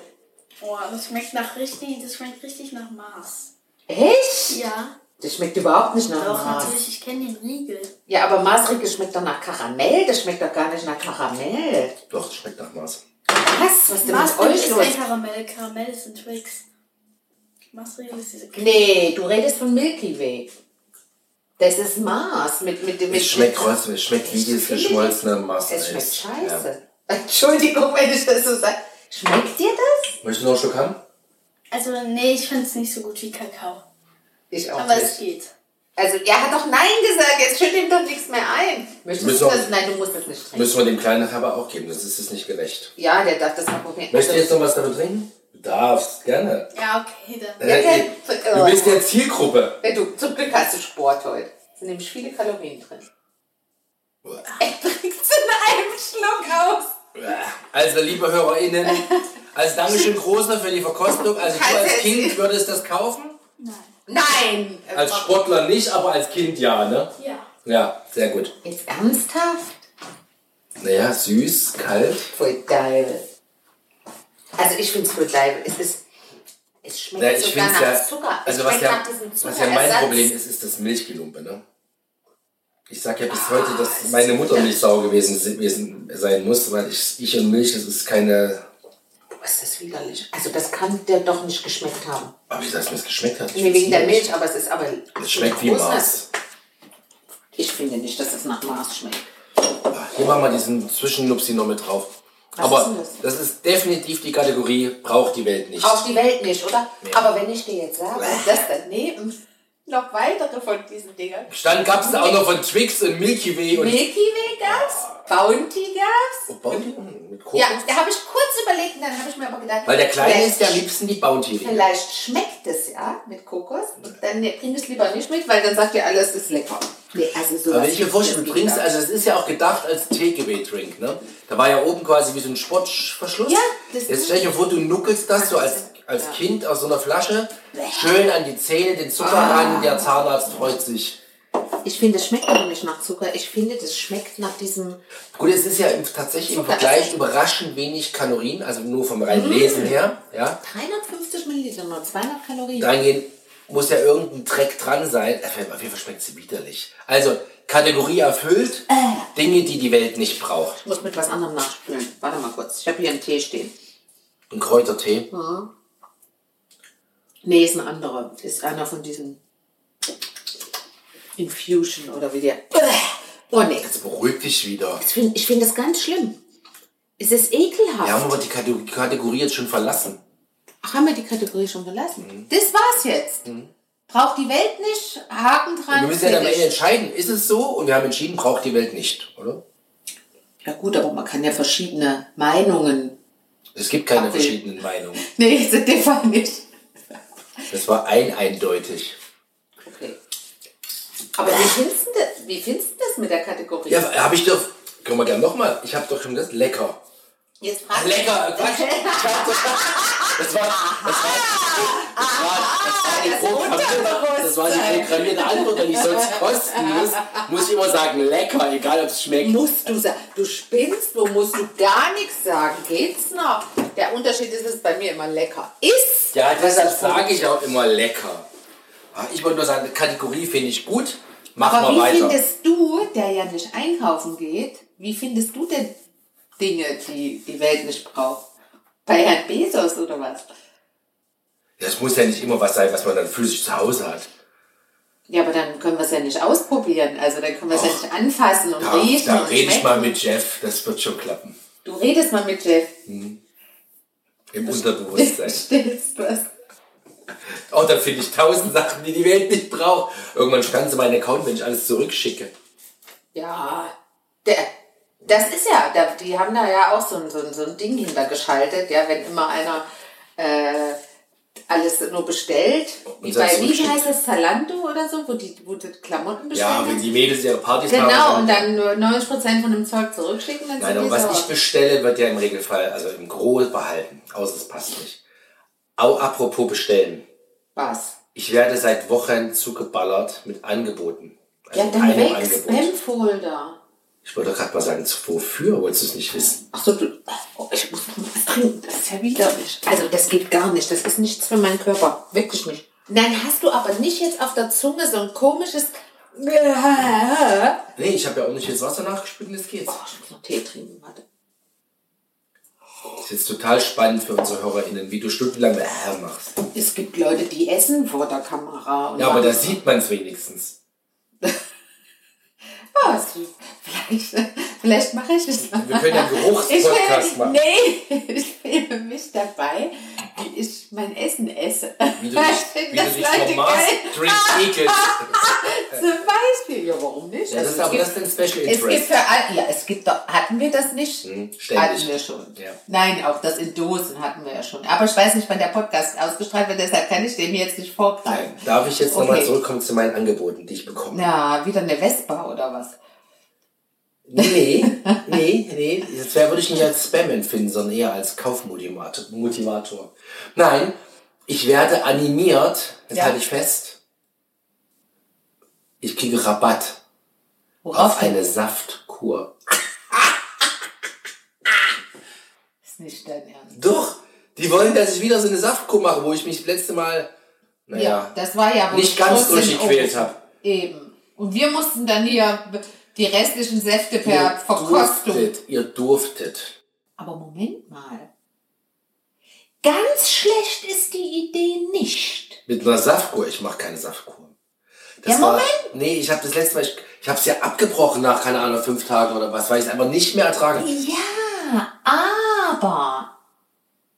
F: oh, das schmeckt nach richtig, das schmeckt richtig nach Mars.
B: Echt?
F: Ja.
B: Das schmeckt überhaupt nicht nach
F: Doch,
B: Mars.
F: natürlich, ich kenne den Riegel.
B: Ja, aber Maßriegel schmeckt doch nach Karamell. Das schmeckt doch gar nicht nach Karamell.
A: Doch, es schmeckt nach Maß.
B: Was? Was ist denn mit
F: Mars
B: euch
F: ist
B: los?
F: kein Karamell, Karamell ist ein Twix. Mars-Riegel ist diese
B: Nee, du redest von Milky Way. Das ist Mars mit mit dem. mit-
A: Es schmeckt trotzdem, es schmeckt wie dieses geschmolzene Maß.
B: Es schmeckt
A: Ja.
B: scheiße. Entschuldigung, wenn ich das so sage. Schmeckt dir das?
A: Möchtest du noch einen Schluck haben?
F: Also, nee, ich finde es nicht so gut wie Kakao.
B: Ich auch
F: Aber es
B: nicht.
F: geht.
B: Also, er hat doch Nein gesagt. Jetzt schüttelt ihm doch nichts mehr ein. Möchtest
A: müssen
B: du
A: auch-
B: das? Nein, du musst das nicht trinken.
A: Müssen wir dem kleinen Haber auch geben, sonst ist es nicht gerecht.
B: Ja, der darf das mal probieren.
A: Möchtest du jetzt
B: Also,
A: noch was damit trinken? Du darfst, gerne.
F: Ja, okay, dann.
B: Ja,
A: Äh,
B: ja.
A: Du bist der Zielgruppe.
B: wenn du, zum Glück hast du Sport heute. Es sind nämlich viele Kalorien drin. Er trinkt es in einem Schluck aus.
A: Also, liebe HörerInnen, als Dankeschön Großner für die Verkostung. Also, du als Kind würdest das kaufen?
B: Nein!
A: Als Sportler nicht, aber als Kind ja, ne?
F: Ja.
A: Ja, sehr gut.
B: Jetzt ernsthaft?
A: Naja, süß, kalt.
B: Voll geil. Also ich finde es voll geil. Es ist. Es schmeckt
A: Ja, ich
B: sogar
A: find's
B: nach
A: ja.
B: Zucker. Es
A: Also, was
B: schmeckt
A: ja,
B: nach diesem
A: was ja mein
B: Zuckerersatz.
A: Problem ist, ist das Milchgelumpe, ne? Ich sag ja bis heute,
B: Ah,
A: dass meine Mutter nicht sauer gewesen gewesen sein muss, weil ich, ich und Milch, das ist keine.
B: Boah, Oh, ist das widerlich. Also das kann der doch nicht geschmeckt haben.
A: Aber wie das mir geschmeckt hat. ich
B: Nee, wegen
A: find's
B: der
A: nicht.
B: Milch, aber es ist aber.
A: Es schmeckt wie Mars.
B: Ich finde nicht, dass es nach Mars schmeckt.
A: Hier machen wir diesen Zwischennupsi noch mit drauf.
B: ist
A: Aber
B: denn das?
A: das ist definitiv die Kategorie, braucht die Welt nicht.
B: Auch die Welt nicht, oder? Aber wenn ich dir jetzt sage, dass daneben noch weitere von diesen Dingern.
A: Dann gab es da auch noch von Twix und Milky Way und.
B: Milky Way gab's, Bounty gab's.
A: Oh, Bounty? Mit Kokos?
B: Ja, da habe ich kurz überlegt und dann habe ich mir aber gedacht,
A: Oh. Weil der Kleine
B: vielleicht
A: ist ja am liebsten die Bounty.
B: Vielleicht schmeckt es ja mit Kokos und dann ne, bring es lieber nicht mit, weil dann sagt ihr alles ist lecker. Nee, also sowas
A: Aber wenn ich mir
B: gibt's
A: vorstelle, du
B: nicht.
A: trinkst, also das ist ja auch gedacht als Takeaway-Drink, ne? Da war ja oben quasi wie so ein Sportverschluss.
B: Ja, das
A: Jetzt stell dir vor, du nuckelst das so als, als Kind aus so einer Flasche, schön an die Zähne, den Zucker
B: Ah.
A: ran, der Zahnarzt freut sich.
B: Ich finde, es schmeckt auch nicht nach Zucker. Ich finde, das schmeckt nach diesem.
A: Gut, es ist ja im, tatsächlich im Vergleich überraschend wenig Kalorien, also nur vom reinen
B: Mhm.
A: Lesen her. Ja.
B: 350 Milliliter, nur 200 Kalorien.
A: Dahingehend muss ja irgendein Dreck dran sein. Äh, Auf jeden Fall schmeckt sie widerlich. Also, Kategorie erfüllt,
B: Äh.
A: Dinge, die die Welt nicht braucht.
B: Ich muss mit was anderem nachspülen. Warte mal kurz. Ich habe hier einen Tee stehen.
A: Ein Kräutertee.
B: Hm. Nee, ist ein anderer. Ist einer von diesen Infusion oder wie der. Oh nee.
A: Jetzt beruhig dich wieder.
B: Ich finde ich find das ganz schlimm. Es ist ekelhaft.
A: Wir haben aber die Kate- Kategorie jetzt schon verlassen.
B: Ach, haben wir die Kategorie schon gelassen?
A: Mhm.
B: Das war's jetzt. Braucht die Welt nicht, Haken dran.
A: Wir müssen Mhm. ja am
B: fertig.
A: Ende entscheiden, ist es so? Und wir haben entschieden, braucht die Welt nicht, oder?
B: ja gut, aber man kann ja verschiedene Meinungen.
A: Es gibt keine
B: Okay.
A: verschiedenen Meinungen.
B: Nee, sind dem Fall nicht.
A: Das war ein eindeutig.
B: Okay. Aber wie findest du das, wie findest du das mit der Kategorie?
A: Ja, habe ich doch. Können wir gerne nochmal. Ich habe doch schon das lecker.
B: Jetzt frag
A: Lecker, Quatsch. Ich hab doch- Das war, das war, das war, das war, die programmierte- das war die programmierte Antwort, wenn ich sonst kosten muss, muss ich immer sagen, lecker, egal ob es schmeckt.
B: Musst du sagen, du spinnst, wo musst du gar nichts sagen? Geht's noch? Der Unterschied ist, dass es bei mir immer lecker ist.
A: Ja, deshalb sage ich auch immer lecker. Ah, Ich wollte nur sagen, die Kategorie finde ich gut, machen
B: Aber
A: wir
B: wie
A: weiter.
B: findest du, der ja nicht einkaufen geht, wie findest du denn Dinge, die die Welt nicht braucht? Bei Herrn Bezos oder was?
A: Das muss ja nicht immer was sein, was man dann physisch zu Hause hat.
B: Ja, aber dann können wir es ja nicht ausprobieren. Also dann können wir es ja nicht anfassen und
A: Da,
B: riechen.
A: da
B: und
A: rede ich
B: schmecken.
A: mal mit Jeff, das wird schon klappen.
B: Du redest mal mit Jeff.
A: Im Unterbewusstsein.
B: Stellst was.
A: Oh, da finde ich tausend Sachen, die die Welt nicht braucht. Irgendwann sperren sie meinen Account, wenn ich alles zurückschicke.
B: Ja, der, das ist ja, da, die haben da ja auch so ein, so, ein, so ein Ding hintergeschaltet, ja, wenn immer einer äh, alles nur bestellt, wie
A: Und dann
B: bei, wie
A: zurückschickt.
B: heißt das, Zalando oder so, wo die, wo die Klamotten
A: Ja,
B: bestellt
A: wenn
B: werden.
A: die Mädels ihre Partys
B: Genau,
A: machen.
B: und dann nur 90% von dem Zeug zurückschicken, dann
A: Nein,
B: sind
A: aber
B: die
A: was
B: sauer.
A: ich bestelle, wird ja im Regelfall, also im Großen behalten. Außer es passt nicht. Au, apropos bestellen.
B: Was?
A: Ich werde seit Wochen zugeballert mit Angeboten. Also
B: Ja,
A: mit
B: dann
A: einem
B: weg,
A: Angebot.
B: Spam-Folder.
A: Ich wollte doch gerade mal sagen, wofür wolltest du es nicht wissen?
B: Achso, du, oh, ich muss noch was trinken, das ist ja widerlich. Also das geht gar nicht, das ist nichts für meinen Körper, wirklich nicht. Nein, hast du aber nicht jetzt auf der Zunge so ein komisches... Oh, ich
A: Nee, ich habe ja auch nicht ins Wasser nachgespült und jetzt geht's.
B: muss noch Tee trinken, warte.
A: Das ist jetzt total spannend für unsere HörerInnen, wie du stundenlang äh, machst.
B: Es gibt Leute, die essen vor der Kamera. Und
A: Ja, aber
B: machen-
A: da sieht man es wenigstens.
B: Ja, Oh, es- vielleicht, vielleicht mache ich es noch.
A: Wir können ja einen
B: Ich
A: Geruchspodcast
B: will,
A: machen.
B: nee, ich filme mich dabei, wie ich mein Essen esse.
A: Wie du dich, wie du dich vom Mars Drink ekelst.
B: Zum Beispiel. Ja, warum nicht?
A: Das
B: Also,
A: ist
B: es
A: aber
B: gibt-
A: das ist ein Special
B: Es gibt
A: Interest.
B: für alle, ja, es gibt doch, hatten wir das nicht?
A: Hm,
B: Hatten
A: ständig.
B: wir schon.
A: Ja.
B: Nein, auch das in Dosen hatten wir ja schon. Aber ich weiß nicht, wann der Podcast ausgestrahlt wird, deshalb kann ich dem jetzt nicht vorgreifen.
A: Darf ich jetzt nochmal
B: Okay.
A: zurückkommen zu meinen Angeboten, die ich bekomme?
B: Na, wieder eine Vespa oder was?
A: Nee, nee, nee. Das wär- würde ich nicht als Spam empfinden, sondern eher als Kaufmotivator. Motivator. Nein, ich werde animiert, das
B: Ja.
A: halte ich fest. Ich kriege Rabatt
B: Worauf
A: auf
B: denn?
A: eine Saftkur.
B: Ist nicht dein Ernst.
A: Doch, die wollen, dass ich wieder so eine Saftkur mache, wo ich mich das letzte Mal, naja,
B: das war ja wo
A: nicht
B: ich
A: ganz
B: 14
A: durchgequält
B: Euro-
A: habe.
B: Eben. Und wir mussten dann hier die restlichen Säfte per Verkostung.
A: durftet, ihr durftet.
B: Aber Moment mal. Ganz schlecht ist die Idee nicht.
A: Mit einer Saftkur. Ich mache keine Saftkur.
B: Ja,
A: War, nee, ich habe das letzte Mal, ich, ich habe es ja abgebrochen nach, keine Ahnung, fünf Tagen oder was, weil ich es einfach nicht mehr ertrage.
B: Ja, aber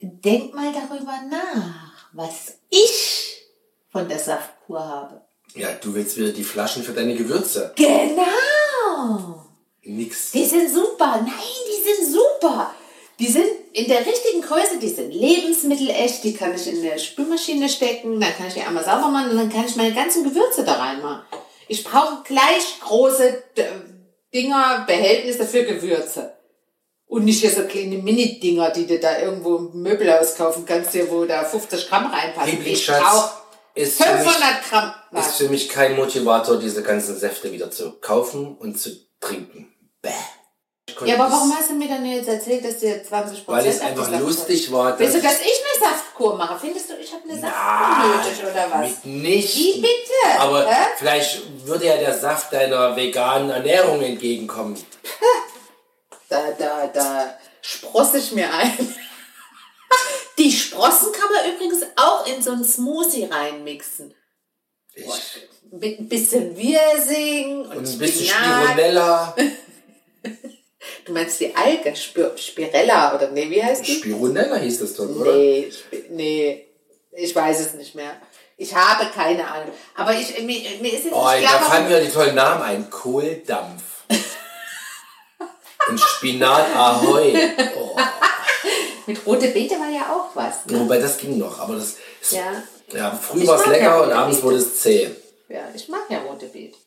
B: denk mal darüber nach, was ich von der Saftkur habe.
A: Ja, du willst wieder die Flaschen für deine Gewürze.
B: Genau!
A: Nix.
B: Die sind super. Nein, die sind super. Die sind in der richtigen Größe, die sind lebensmittelecht, die kann ich in der Spülmaschine stecken, dann kann ich die einmal sauber machen und dann kann ich meine ganzen Gewürze da reinmachen. Ich brauche gleich große äh, Dinger, Behältnisse für Gewürze. Und nicht hier so kleine Mini-Dinger, die du da irgendwo im Möbelhaus kaufen kannst, hier, wo da 50 Gramm reinpassen. Ich
A: Lieblingsschatz
B: brauche
A: ist für, mich,
B: 500 Gramm.
A: ist für mich kein Motivator, diese ganzen Säfte wieder zu kaufen und zu trinken. Bäh. Ich konnte
B: Ja, aber
A: das-
B: warum hast du mir dann jetzt erzählt, dass dir 20
A: Weil es einfach lustig war,
B: Willst du,
A: dass-
B: dass ich eine Saftkur mache? Findest du, ich habe eine Saftkur
A: Ah,
B: nötig oder was?
A: Mitnichten.
B: Wie bitte?
A: Aber
B: Hä?
A: vielleicht würde ja der Saft deiner veganen Ernährung entgegenkommen.
B: Da, da, da sprosse ich mir ein. Die Sprossen kann man übrigens auch in so einen Smoothie reinmixen.
A: Ich,
B: Mit ein bisschen Wirsing und,
A: und ein bisschen
B: Spinat.
A: Spironella.
B: Du meinst die Alge, Spir Spirella oder nee, wie heißt die?
A: Spironella hieß das doch, oder?
B: Nee, ich, bin- nee, ich weiß es nicht mehr. Ich habe keine Ahnung. Aber ich, mir, mir ist jetzt
A: Oh,
B: nicht
A: da
B: klar,
A: fallen
B: warum.
A: mir die tollen Namen ein. Kohldampf. und Spinat Ahoi. Oh.
B: Mit rote Beete war ja auch was. Ne?
A: Wobei, das ging noch. Aber das, das
B: Ja.
A: ja, früh
B: Ich
A: war es
B: mag
A: lecker
B: ja
A: und abends
B: Rote
A: wurde es zäh.
B: Ja, ich mag ja rote Beete.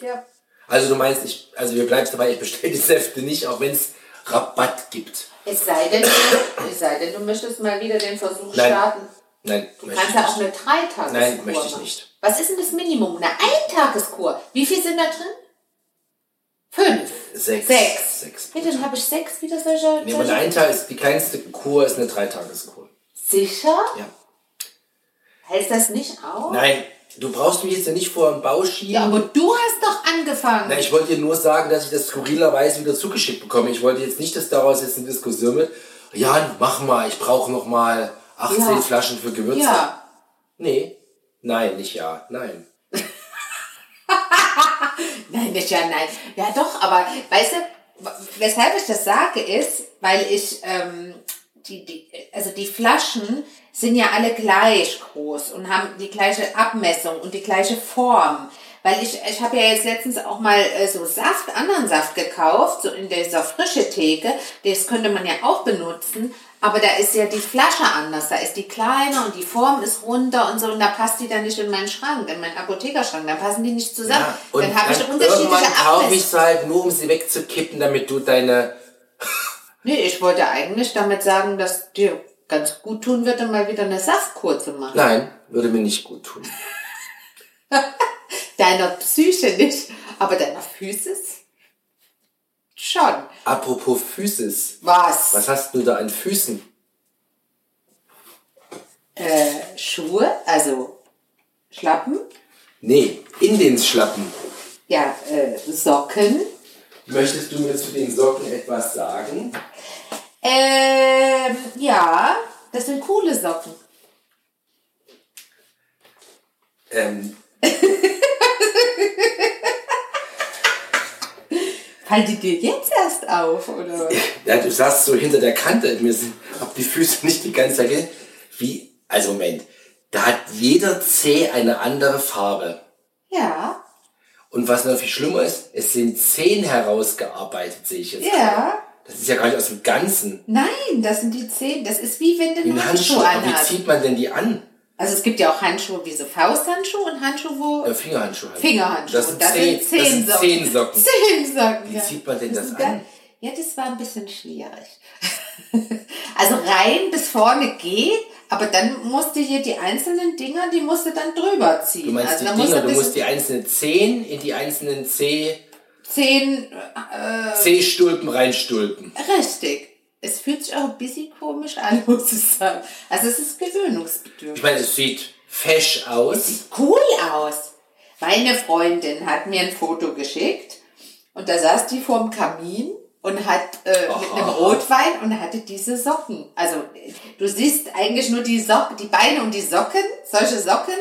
B: Ja.
A: Also du meinst, ich, also wir bleibst dabei, ich bestelle die Säfte nicht, auch wenn es Rabatt gibt.
B: Es sei denn, du- es sei denn, du möchtest mal wieder den Versuch
A: Nein.
B: starten.
A: Nein,
B: Du
A: möchte
B: kannst
A: ich
B: ja
A: nicht.
B: auch eine Dreitageskur
A: Nein, möchte ich
B: machen.
A: nicht.
B: Was ist denn das Minimum? Eine Eintageskur. Wie viel sind da drin? Fünf.
A: Sechs.
B: Sechs.
A: Sechs.
B: Bitte, dann habe ich sechs wieder solcher.
A: Nee, aber eine Eintages, die kleinste Kur ist eine Dreitageskur.
B: Sicher?
A: Ja.
B: Heißt das nicht auch?
A: Nein, du brauchst mich jetzt ja nicht vor den Bau schieben.
B: Ja, aber du hast doch angefangen.
A: Na, ich wollte dir nur sagen, dass ich das skurrilerweise wieder zugeschickt bekomme. Ich wollte jetzt nicht, dass daraus jetzt eine Diskussion wird. Jan, mach mal, ich brauche noch mal 18
B: Ja.
A: Flaschen für Gewürze.
B: ja.
A: Nee. Nein, nicht ja. Nein.
B: Nein, nicht ja, nein. Ja, doch, aber weißt du, w- weshalb ich das sage, ist, weil ich, ähm, die, die, also die Flaschen sind ja alle gleich groß und haben die gleiche Abmessung und die gleiche Form. Weil ich, ich habe ja jetzt letztens auch mal äh, so Saft, anderen Saft gekauft, so in dieser frische Theke. Das könnte man ja auch benutzen. Aber da ist ja die Flasche anders. Da ist die kleiner und die Form ist runter und so. Und da passt die dann nicht in meinen Schrank, in meinen Apothekerschrank. Da passen die nicht zusammen.
A: Ja, und
B: dann habe ich
A: irgendwann
B: unterschiedliche
A: kaufe ich
B: Abmessungen.
A: sie halt nur, um sie wegzukippen, damit du deine...
B: Nee, ich wollte eigentlich damit sagen, dass dir ganz gut tun würde, mal wieder eine Saftkur zu machen.
A: Nein, würde mir nicht gut tun.
B: Deiner Psyche nicht, aber deiner Physis schon.
A: Apropos Physis.
B: Was?
A: Was hast du da an Füßen?
B: Äh, Schuhe, also Schlappen,
A: Nee, in den Schlappen.
B: ja, äh, Socken.
A: Möchtest du mir zu den Socken etwas sagen?
B: Ähm, ja, das sind coole Socken.
A: Ähm,
B: Fallen die dir jetzt erst auf, oder?
A: ja, du saßt so hinter der Kante. Mir sind hab die Füße nicht die ganze Zeit. ge- Wie? Also Moment. Da hat jeder Zeh eine andere Farbe.
B: Ja,
A: Und was noch viel schlimmer ist, es sind zehn herausgearbeitet, sehe ich jetzt. gerade.
B: ja.
A: Das ist ja gar nicht aus dem Ganzen.
B: Nein, das sind die Zehen. Das ist wie wenn du
A: Ein
B: einen Handschuh,
A: Handschuh.
B: Handschuh
A: Aber wie
B: anhast.
A: zieht man denn die an?
B: Also es gibt ja auch Handschuhe wie so Fausthandschuhe und Handschuhe, wo
A: Ja, Fingerhandschuhe. halt.
B: Fingerhandschuhe.
A: Das sind, zehn, das sind zehn Socken.
B: Zehn Socken.
A: Wie
B: ja.
A: zieht man denn das
B: ist
A: an?
B: Ja, das war ein bisschen schwierig. also rein bis vorne geht, aber dann musste hier die einzelnen Dinger, die musste dann drüber ziehen.
A: Du meinst
B: also
A: die
B: da musste
A: Dinger, du
B: bis
A: musst die einzelnen Zehen in die einzelnen Zeh,
B: zehn äh,
A: Zehstulpen reinstulpen.
B: richtig. Es fühlt sich auch ein bisschen komisch an, muss ich sagen. Also es ist gewöhnungsbedürftig.
A: Ich meine, es sieht fesch aus.
B: cool aus. Meine Freundin hat mir ein Foto geschickt und da saß die vorm Kamin und hat äh, mit
A: Aha.
B: einem Rotwein und hatte diese Socken. Also äh, du siehst eigentlich nur die Socken, die Beine und die Socken, solche Socken,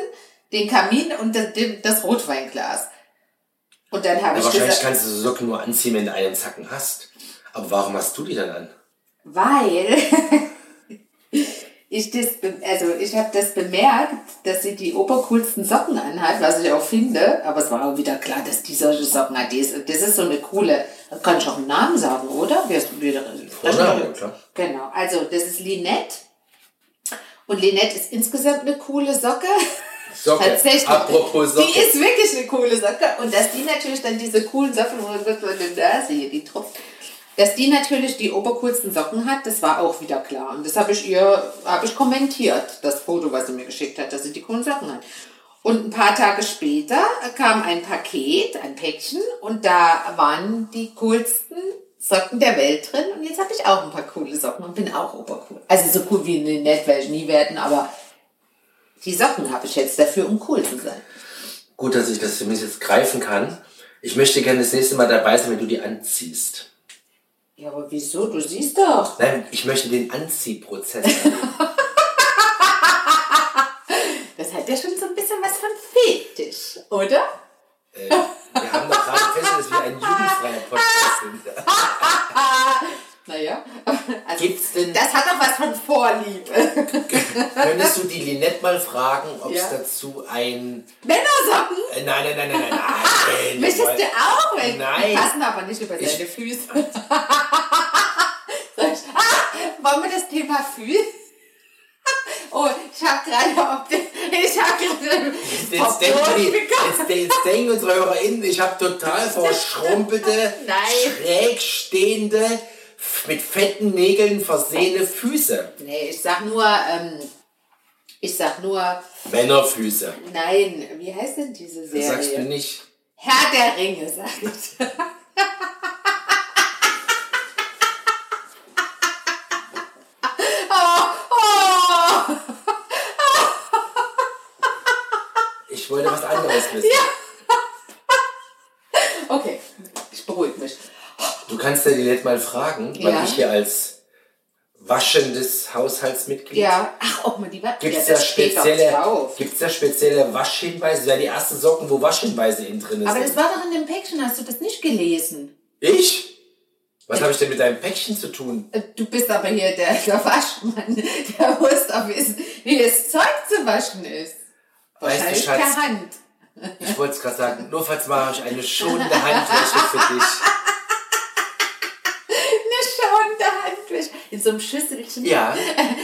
B: den Kamin und das, den- das Rotweinglas. Und dann habe
A: Ja,
B: ich
A: wahrscheinlich
B: gesagt,
A: kannst du so Socken nur anziehen, wenn du einen Zacken hast. Aber warum hast du die dann an?
B: weil ich das, be- also ich habe das bemerkt, dass sie die obercoolsten Socken anhat, was ich auch finde. Aber es war auch wieder klar, dass die solche Socken hat. Die ist, das ist so eine coole, kann ich auch einen Namen sagen, oder? Wir, wir,
A: Vorname, klar.
B: Genau, also das ist Linette. Und Linette ist insgesamt eine coole Socke.
A: Socke.
B: Tatsächlich.
A: Apropos Socke.
B: Die ist wirklich eine coole Socke. Und dass die natürlich dann diese coolen Socken, wo man sagt, was denn das hier, die Tropfen. Dass die natürlich die obercoolsten Socken hat, das war auch wieder klar. Und das habe ich ihr, habe ich kommentiert, das Foto, was sie mir geschickt hat, dass sie die coolen Socken hat. Und ein paar Tage später kam ein Paket, ein Päckchen, und da waren die coolsten Socken der Welt drin. Und jetzt habe ich auch ein paar coole Socken und bin auch obercool. Also so cool wie in den Net werde ich nie werden, aber die Socken habe ich jetzt dafür, um cool zu sein.
A: Gut, dass ich das für mich jetzt greifen kann. Ich möchte gerne das nächste Mal dabei sein, wenn du die anziehst.
B: Ja, aber wieso? Du siehst doch.
A: Nein, ich möchte den Anziehprozess. erleben.
B: Das hat ja schon so ein bisschen was von Fetisch, oder?
A: äh, wir haben doch gerade festgestellt, dass wir ein jugendfreier Podcast sind.
B: Naja. Also,
A: Gibt's denn-
B: Das hat doch was von Vorliebe.
A: Könntest du die Linette mal fragen, ob es
B: Ja.
A: dazu ein...
B: Männersocken?
A: Äh, nein, nein, nein, nein, nein, nein.
B: Möchtest du auch weg? Die
A: Nein.
B: passen aber nicht über
A: Ich-
B: seine Füße. Soll ich- ah, wollen wir das Thema Füße? Oh, ich habe gerade auf den, ich habe gerade
A: Jetzt
B: auf den
A: denken, die,
B: Boden gekommen.
A: jetzt, jetzt denken unsere HörerInnen, ich habe total verschrumpelte,
B: Nein.
A: schräg stehende, f- mit fetten Nägeln versehene Füße.
B: Nee, ich sag nur, ähm, ich sag nur,
A: Männerfüße.
B: nein, wie heißt denn diese
A: Das sagst du
B: Serie?
A: nicht.
B: Herr der Ringe, sagt ich. Oh, oh.
A: Ich wollte was anderes wissen.
B: Okay, ich beruhige mich.
A: Du kannst ja die Lette mal fragen, weil
B: Ja.
A: ich hier als waschendes Haushaltsmitglied?
B: Ja, ach, ob man die Wa-
A: Gibt
B: ja,
A: es da,
B: das steht doch
A: spezielle,
B: drauf.
A: gibt's da spezielle Waschhinweise? Das wären die ersten Socken, wo Waschhinweise innen drin sind.
B: Aber das war doch in dem Päckchen, hast du das nicht gelesen?
A: ich? Was habe ich denn mit deinem Päckchen zu tun?
B: Äh, Du bist aber hier der, der Waschmann, der muss doch wissen, wie das Zeug zu waschen ist.
A: Weißt du,
B: Wahrscheinlich
A: Schatz,
B: per Hand.
A: ich wollte es gerade sagen, nur falls mal habe ich eine schonende Handfläche für dich.
B: Eine schauende Handwäsche. In so einem Schüsselchen.
A: Ja.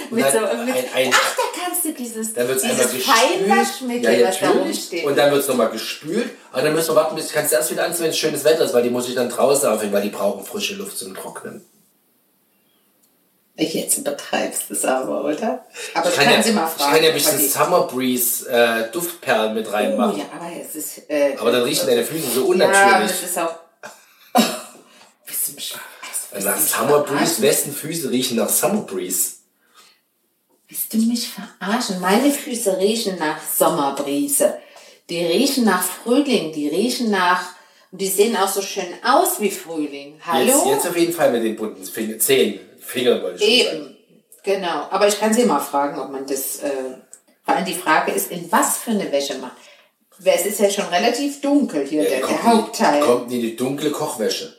A: Und
B: Mit so,
A: dann
B: mit,
A: ein, ein,
B: ach, da kannst du dieses,
A: dann wird es einmal
B: dieses
A: gespült.
B: Feinwaschmittel, was da
A: natürlich.
B: rumsteht.
A: und dann wird es nochmal gespült. Und dann müssen wir warten, bis kannst du erst wieder anziehen, wenn es schönes Wetter ist, weil die muss ich dann draußen aufhängen, weil die brauchen frische Luft zum Trocknen.
B: Jetzt übertreibst du es aber, oder? Aber ich
A: Ich kann,
B: kann
A: ja,
B: sie mal
A: ich
B: fragen.
A: kann ja ein
B: ob
A: bisschen
B: die-
A: Summer Breeze äh, Duftperlen mit
B: Oh
A: reinmachen.
B: ja, aber es ist. Äh,
A: Aber dann riechen deine Füße so
B: Ja, aber das
A: unnatürlich.
B: ist auch. Bist du mich- also, bist
A: nach
B: du mich
A: Summer Breeze, ne?
B: verarschen?
A: wessen Füße riechen nach Summer Breeze?
B: Willst du mich verarschen? Meine Füße riechen nach Sommerbrise. Die riechen nach Frühling, die riechen nach. Und die sehen auch so schön aus wie Frühling.
A: Jetzt,
B: Hallo?
A: jetzt auf jeden Fall mit den bunten Fingern, zehn Fingern wollte ich schon sagen.
B: Eben. Genau. Aber ich kann sie mal fragen, ob man das. Äh, vor allem die Frage ist, in was für eine Wäsche macht. Weil Es ist ja schon relativ dunkel hier,
A: Ja,
B: der, der
A: kommt
B: Hauptteil.
A: In, kommt in die dunkle Kochwäsche.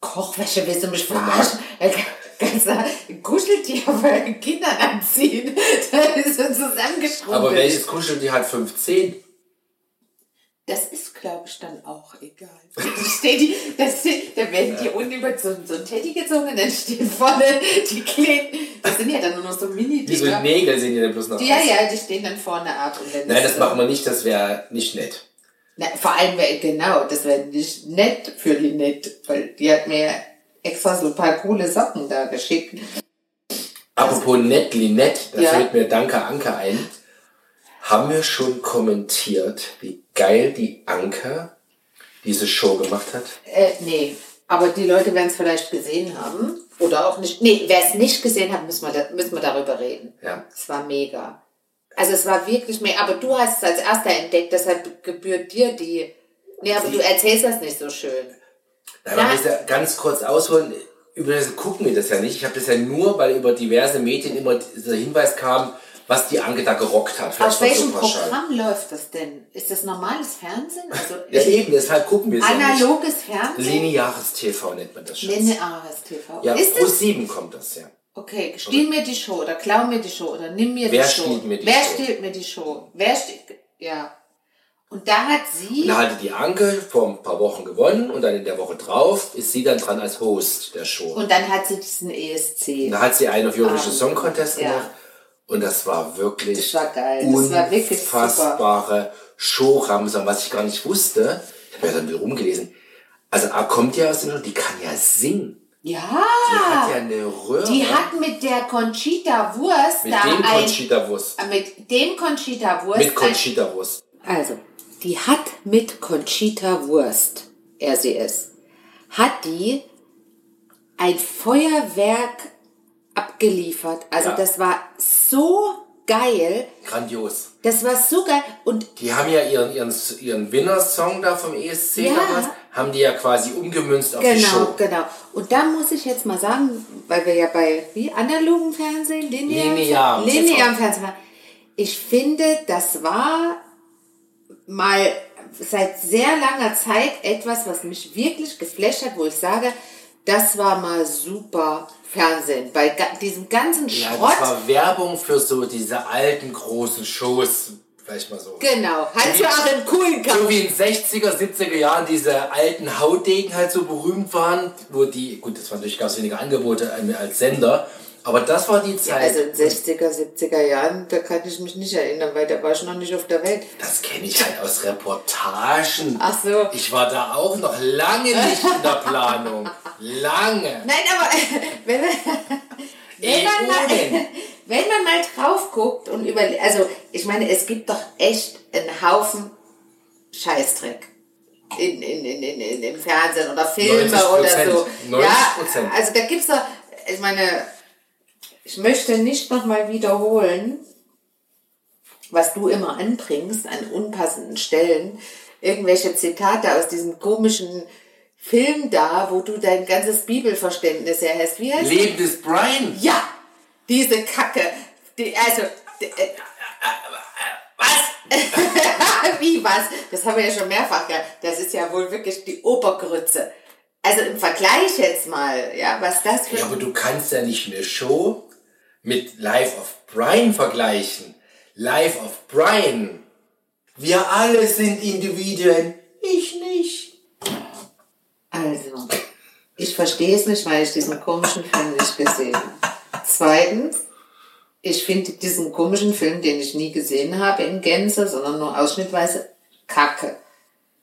B: Kochwäsche willst du mich
A: Genau.
B: verarschen? Äh, Kannst du ein Kuscheltier von Kindern anziehen? Da ist so zusammengeschrumpelt.
A: Aber welches Kuscheltier hat fünf Zehen?
B: Das ist, glaube ich, dann auch egal. Da steht die, das, sind- da werden die unten über so, so ein Teddy gezogen und dann stehen vorne die kleinen. Das sind ja dann nur noch so
A: Diese
B: Mini-Dinger.
A: Nägel sehen ja dann bloß noch
B: Ja,
A: aus.
B: ja, die stehen dann vorne ab. Und dann
A: Nein, das
B: ist-
A: machen wir nicht, das wäre nicht nett.
B: Na, vor allem, wär- genau, das wäre nicht nett für die nett, weil die hat mir extra so ein paar coole Socken da geschickt.
A: Apropos nett, Linett, da
B: Also- Ja.
A: fällt mir Danke Anke ein. Haben wir schon kommentiert, wie geil die Anke diese Show gemacht hat?
B: Äh, nee, aber die Leute werden es vielleicht gesehen haben. Oder auch nicht. Nee, wer es nicht gesehen hat, müssen wir, da, müssen wir darüber reden.
A: Ja.
B: Es war mega. Also es war wirklich mega. Aber du hast es als erster entdeckt, deshalb gebührt dir die. Nee, aber du erzählst das nicht so schön.
A: Da man
B: Ja.
A: muss ja ganz kurz ausholen. Übrigens gucken wir das ja nicht. Ich habe das ja nur, weil über diverse Medien immer dieser Hinweis kam, was die Anke da gerockt hat.
B: Auf
A: mal so
B: welchem
A: pauschal.
B: Programm läuft das denn? Ist das normales Fernsehen? Also
A: Ja eben, deshalb gucken wir es ja
B: analoges
A: nicht.
B: Fernsehen?
A: Lineares TV nennt man das schon.
B: Lineares TV.
A: ja,
B: ist
A: pro
B: das?
A: 7 kommt das, ja.
B: Okay, stiehl mir die Show oder klau mir die Show oder nimm mir
A: Wer
B: die Show.
A: stiehlt mir die
B: Wer
A: Show?
B: stiehlt mir die Show? Wer stiehlt... Ja. Und da hat sie...
A: Da hatte die Anke vor ein paar Wochen gewonnen und dann in der Woche drauf ist sie dann dran als Host der Show.
B: Und dann hat sie diesen E ESC.
A: da hat sie einen auf Eurovision Song Contest
B: ja.
A: gemacht und das war wirklich
B: Das war geil. Das war wirklich super.
A: unfassbare Showramsam, was ich gar nicht wusste. Ich habe ja dann ein bisschen rumgelesen. Also A kommt ja aus dem Show, die kann ja singen.
B: Ja.
A: Die hat ja eine Röhre.
B: Ah, Die hat mit der Conchita Wurst
A: mit
B: da
A: dem
B: ein...
A: Conchita Wurst.
B: Mit dem Conchita Wurst...
A: Mit Conchita Wurst.
B: ein, also, die hat mit Conchita Wurst, er sie es, hat die ein Feuerwerk abgeliefert. Also
A: Ja.
B: das war so geil.
A: Grandios.
B: Das war so geil. Und
A: Die haben ja ihren, ihren, ihren Winner-Song da vom E ESC
B: Ja.
A: damals, haben die ja quasi umgemünzt auf die
B: genau,
A: Show.
B: genau. Und da muss ich jetzt mal sagen, weil wir ja bei wie analogen Fernsehen, linearen,
A: Linearen
B: linearen
A: TV.
B: Fernsehen waren. Ich finde, das war mal seit sehr langer Zeit etwas, was mich wirklich geflasht hat, wo ich sage, das war mal super Fernsehen. Bei ga diesem ganzen
A: Ja,
B: Schrott.
A: das war Werbung für so diese alten großen Shows, vielleicht mal so.
B: genau. Halt
A: So wie-
B: für auch einen coolen
A: So
B: Kampf.
A: wie in 60er, 70er Jahren diese alten Hautdegen halt so berühmt waren, wo die, gut, das waren natürlich ganz weniger Angebote ähm, als Sender, aber das war die Zeit.
B: Also in 60er, 70er Jahren, da kann ich mich nicht erinnern, weil da war ich noch nicht auf der Welt.
A: das kenne ich halt aus Reportagen.
B: Ach so.
A: Ich war da auch noch lange nicht in der Planung. Lange.
B: Nein, aber wenn man, wenn, man mal,
A: Eben.
B: wenn man mal drauf guckt und überlegt, also ich meine, es gibt doch echt einen Haufen Scheißdreck. In, in, in, in, in, Im Fernsehen oder Filme
A: 90%,
B: oder so.
A: 90%.
B: Ja, also da gibt's doch, ich meine, ich möchte nicht nochmal wiederholen, was du immer anbringst an unpassenden Stellen, irgendwelche Zitate aus diesem komischen Film da, wo du dein ganzes Bibelverständnis her hast. Wie heißt
A: Leben des Brian.
B: ja, Diese Kacke. Die, also. Die, äh, was? Wie was? Das haben wir ja schon mehrfach gehört. Das ist ja wohl wirklich die Obergrütze. Also im Vergleich jetzt mal, ja, was das für.
A: Ja, aber du kannst ja nicht eine Show mit Life of Brian vergleichen. Life of Brian. Wir alle sind Individuen. Ich nicht.
B: Also, ich verstehe es nicht, weil ich diesen komischen Film nicht gesehen habe. Zweitens, ich finde diesen komischen Film, den ich nie gesehen habe in Gänze, sondern nur ausschnittweise, kacke.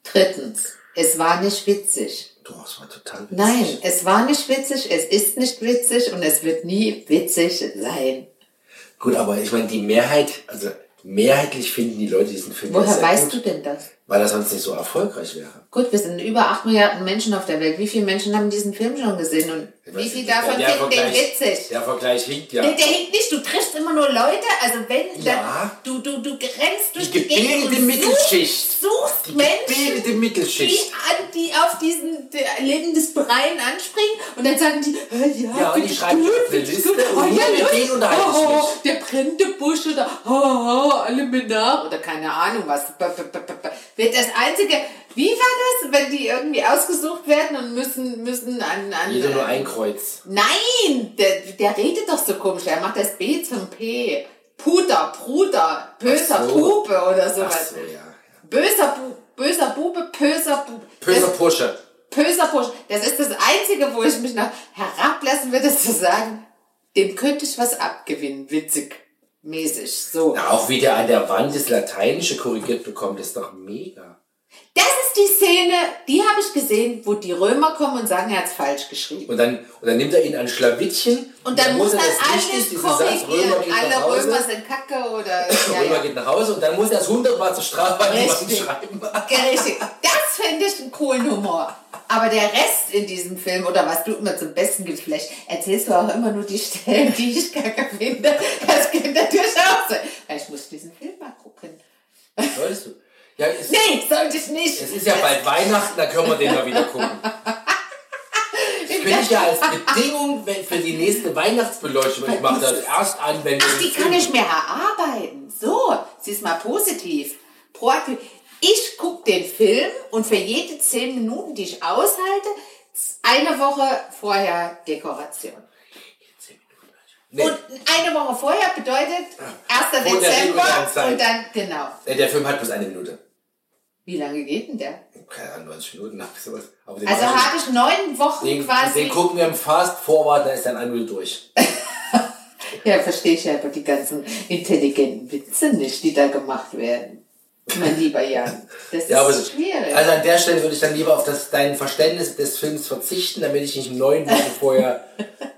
B: Drittens, es war nicht witzig.
A: Doch, es war total witzig.
B: Nein, es war nicht witzig, es ist nicht witzig und es wird nie witzig sein.
A: Gut, aber ich meine, die Mehrheit, also mehrheitlich finden die Leute diesen Film
B: Woher
A: sehr
B: weißt
A: gut,
B: du denn das?
A: Weil er sonst nicht so erfolgreich wäre.
B: Gut, wir sind über 8 Milliarden Menschen auf der Welt. Wie viele Menschen haben diesen Film schon gesehen und wie viele davon
A: Der
B: finden den
A: Vergleich-
B: witzig?
A: Der Vergleich hinkt ja.
B: Der, der hinkt nicht, du triffst immer nur Leute, also wenn,
A: Ja.
B: dann, du, du, du rennst durch
A: Die
B: die Gegend
A: gebildete
B: und suchst,
A: Mittelschicht.
B: suchst
A: Die
B: Menschen,
A: gebildete
B: die,
A: Mittelschicht.
B: an, die auf diesen der- Leben des Breien anspringen und dann sagen die, "Äh, ja,
A: Ja, und
B: find
A: die
B: ich
A: schreiben
B: gut,
A: auf eine
B: find ich
A: Liste
B: gut.
A: und
B: oh,
A: nur mit
B: ja,
A: denen unterhalte ich
B: oh,
A: mich.
B: der brennende Busch oder oh, oh, alle Männer oder keine Ahnung was. B- b- b- b- Wird das einzige, wie war das, wenn die irgendwie ausgesucht werden und müssen, müssen an, an
A: Jeder nur ein Kreuz.
B: Nein, der, der redet doch so komisch. Er macht das B zum P. Puder, Bruder, böser
A: Ach so.
B: Bube oder
A: Ach
B: sowas.
A: so, ja.
B: Böser, Bu böser Bube, böser Bube.
A: Böser
B: Das-
A: Bursche.
B: böser Bursch. Das ist das Einzige, wo ich mich noch herablassen würde, zu sagen, dem könnte ich was abgewinnen. Witzig. Mäßig. So.
A: Na, auch wie der an der Wand das Lateinische korrigiert bekommt, ist doch mega.
B: Das ist die Szene, die habe ich gesehen, wo die Römer kommen und sagen, er hat's falsch geschrieben.
A: Und dann, und dann nimmt er ihn an Schlawittchen.
B: Und dann muss
A: er
B: dann alles
A: diesen Satz, Römer
B: korrigieren.
A: geht nach
B: Alle
A: Hause.
B: Römer sind kacke oder. Ja,
A: Römer
B: ja.
A: geht nach Hause und dann muss er es hundertmal zur Strafe an jemanden
B: Richtig.
A: schreiben.
B: Ja, richtig. Das finde ich einen coolen Humor. Aber der Rest in diesem Film, oder was du immer zum Besten gibst, vielleicht erzählst du auch immer nur die Stellen, die ich kacke finde. Das könnte natürlich auch sein. Ja, Ich muss diesen Film mal gucken.
A: Solltest du? Ja, es,
B: Nee, sollte ich nicht.
A: es ist ja bald Weihnachten, da können wir den mal wieder gucken. Das könnte ich ja als Bedingung wenn- für die nächste Weihnachtsbeleuchtung. Ich mache das erst an, wenn wir
B: Ach, die
A: den
B: kann
A: Film-
B: ich mir erarbeiten. So, sie ist mal positiv. Proaktiv. Ich gucke den Film und für jede zehn Minuten, die ich aushalte, eine Woche vorher Dekoration.
A: Nee. Ah.
B: Und eine Woche vorher bedeutet 1.
A: Vor der
B: Dezember
A: regulären Zeit.
B: und dann, genau.
A: Nee, Der Film hat bloß eine Minute.
B: Wie lange geht denn der?
A: Keine Ahnung, 90 Minuten, hab ich sowas. Aber den
B: Also
A: mach ich-
B: habe ich neun Wochen
A: den,
B: quasi.
A: den gucken wir im Fast Forward, da ist dann eine Minute durch.
B: Ja, verstehe ich ja aber die ganzen intelligenten Witze nicht, die da gemacht werden. Mein lieber Jan, das
A: Ja, aber
B: ist schwierig.
A: Also an der Stelle würde ich dann lieber auf das, dein Verständnis des Films verzichten, damit ich nicht neun Wochen vorher,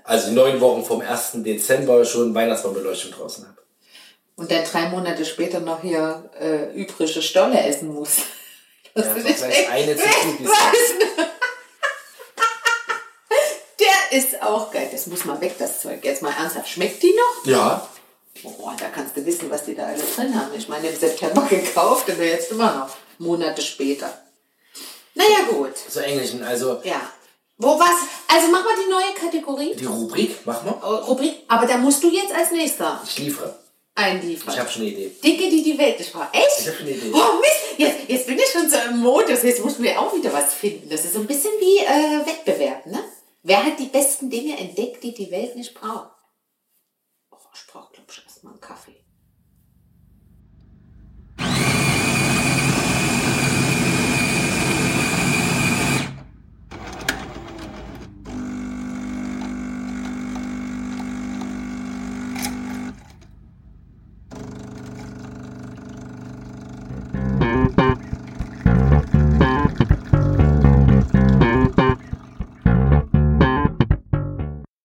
A: also neun Wochen vom 1. Dezember schon Weihnachtsbaumbeleuchtung draußen habe.
B: und dann drei Monate später noch hier äh, übrige Stolle essen muss. Das
A: Ja,
B: ist
A: vielleicht
B: echt-
A: eine zu viel, die ist-
B: Was? Der ist auch geil. Das muss mal weg, das Zeug. Jetzt mal ernsthaft. Schmeckt die noch?
A: Ja.
B: Boah, da kannst du wissen, was die da alles drin haben. Ich meine, im September gekauft und jetzt immer noch. Monate später. Naja, gut.
A: Zu Englischen, also
B: Ja. Wo was? Also mach mal die neue Kategorie.
A: die Rubrik, mach mal.
B: äh, Rubrik. Aber da musst du jetzt als nächster
A: Ich liefere.
B: einliefern.
A: Ich habe schon eine Idee.
B: Dicke, die die Welt nicht war. Echt?
A: Ich hab schon eine Idee.
B: Oh Mist, jetzt, jetzt bin ich schon so im Modus. Jetzt muss mir auch wieder was finden. Das ist so ein bisschen wie äh, Wettbewerb, ne? Wer hat die besten Dinge entdeckt, die die Welt nicht braucht? Oh, ich brauche, glaube ich, erstmal einen Kaffee.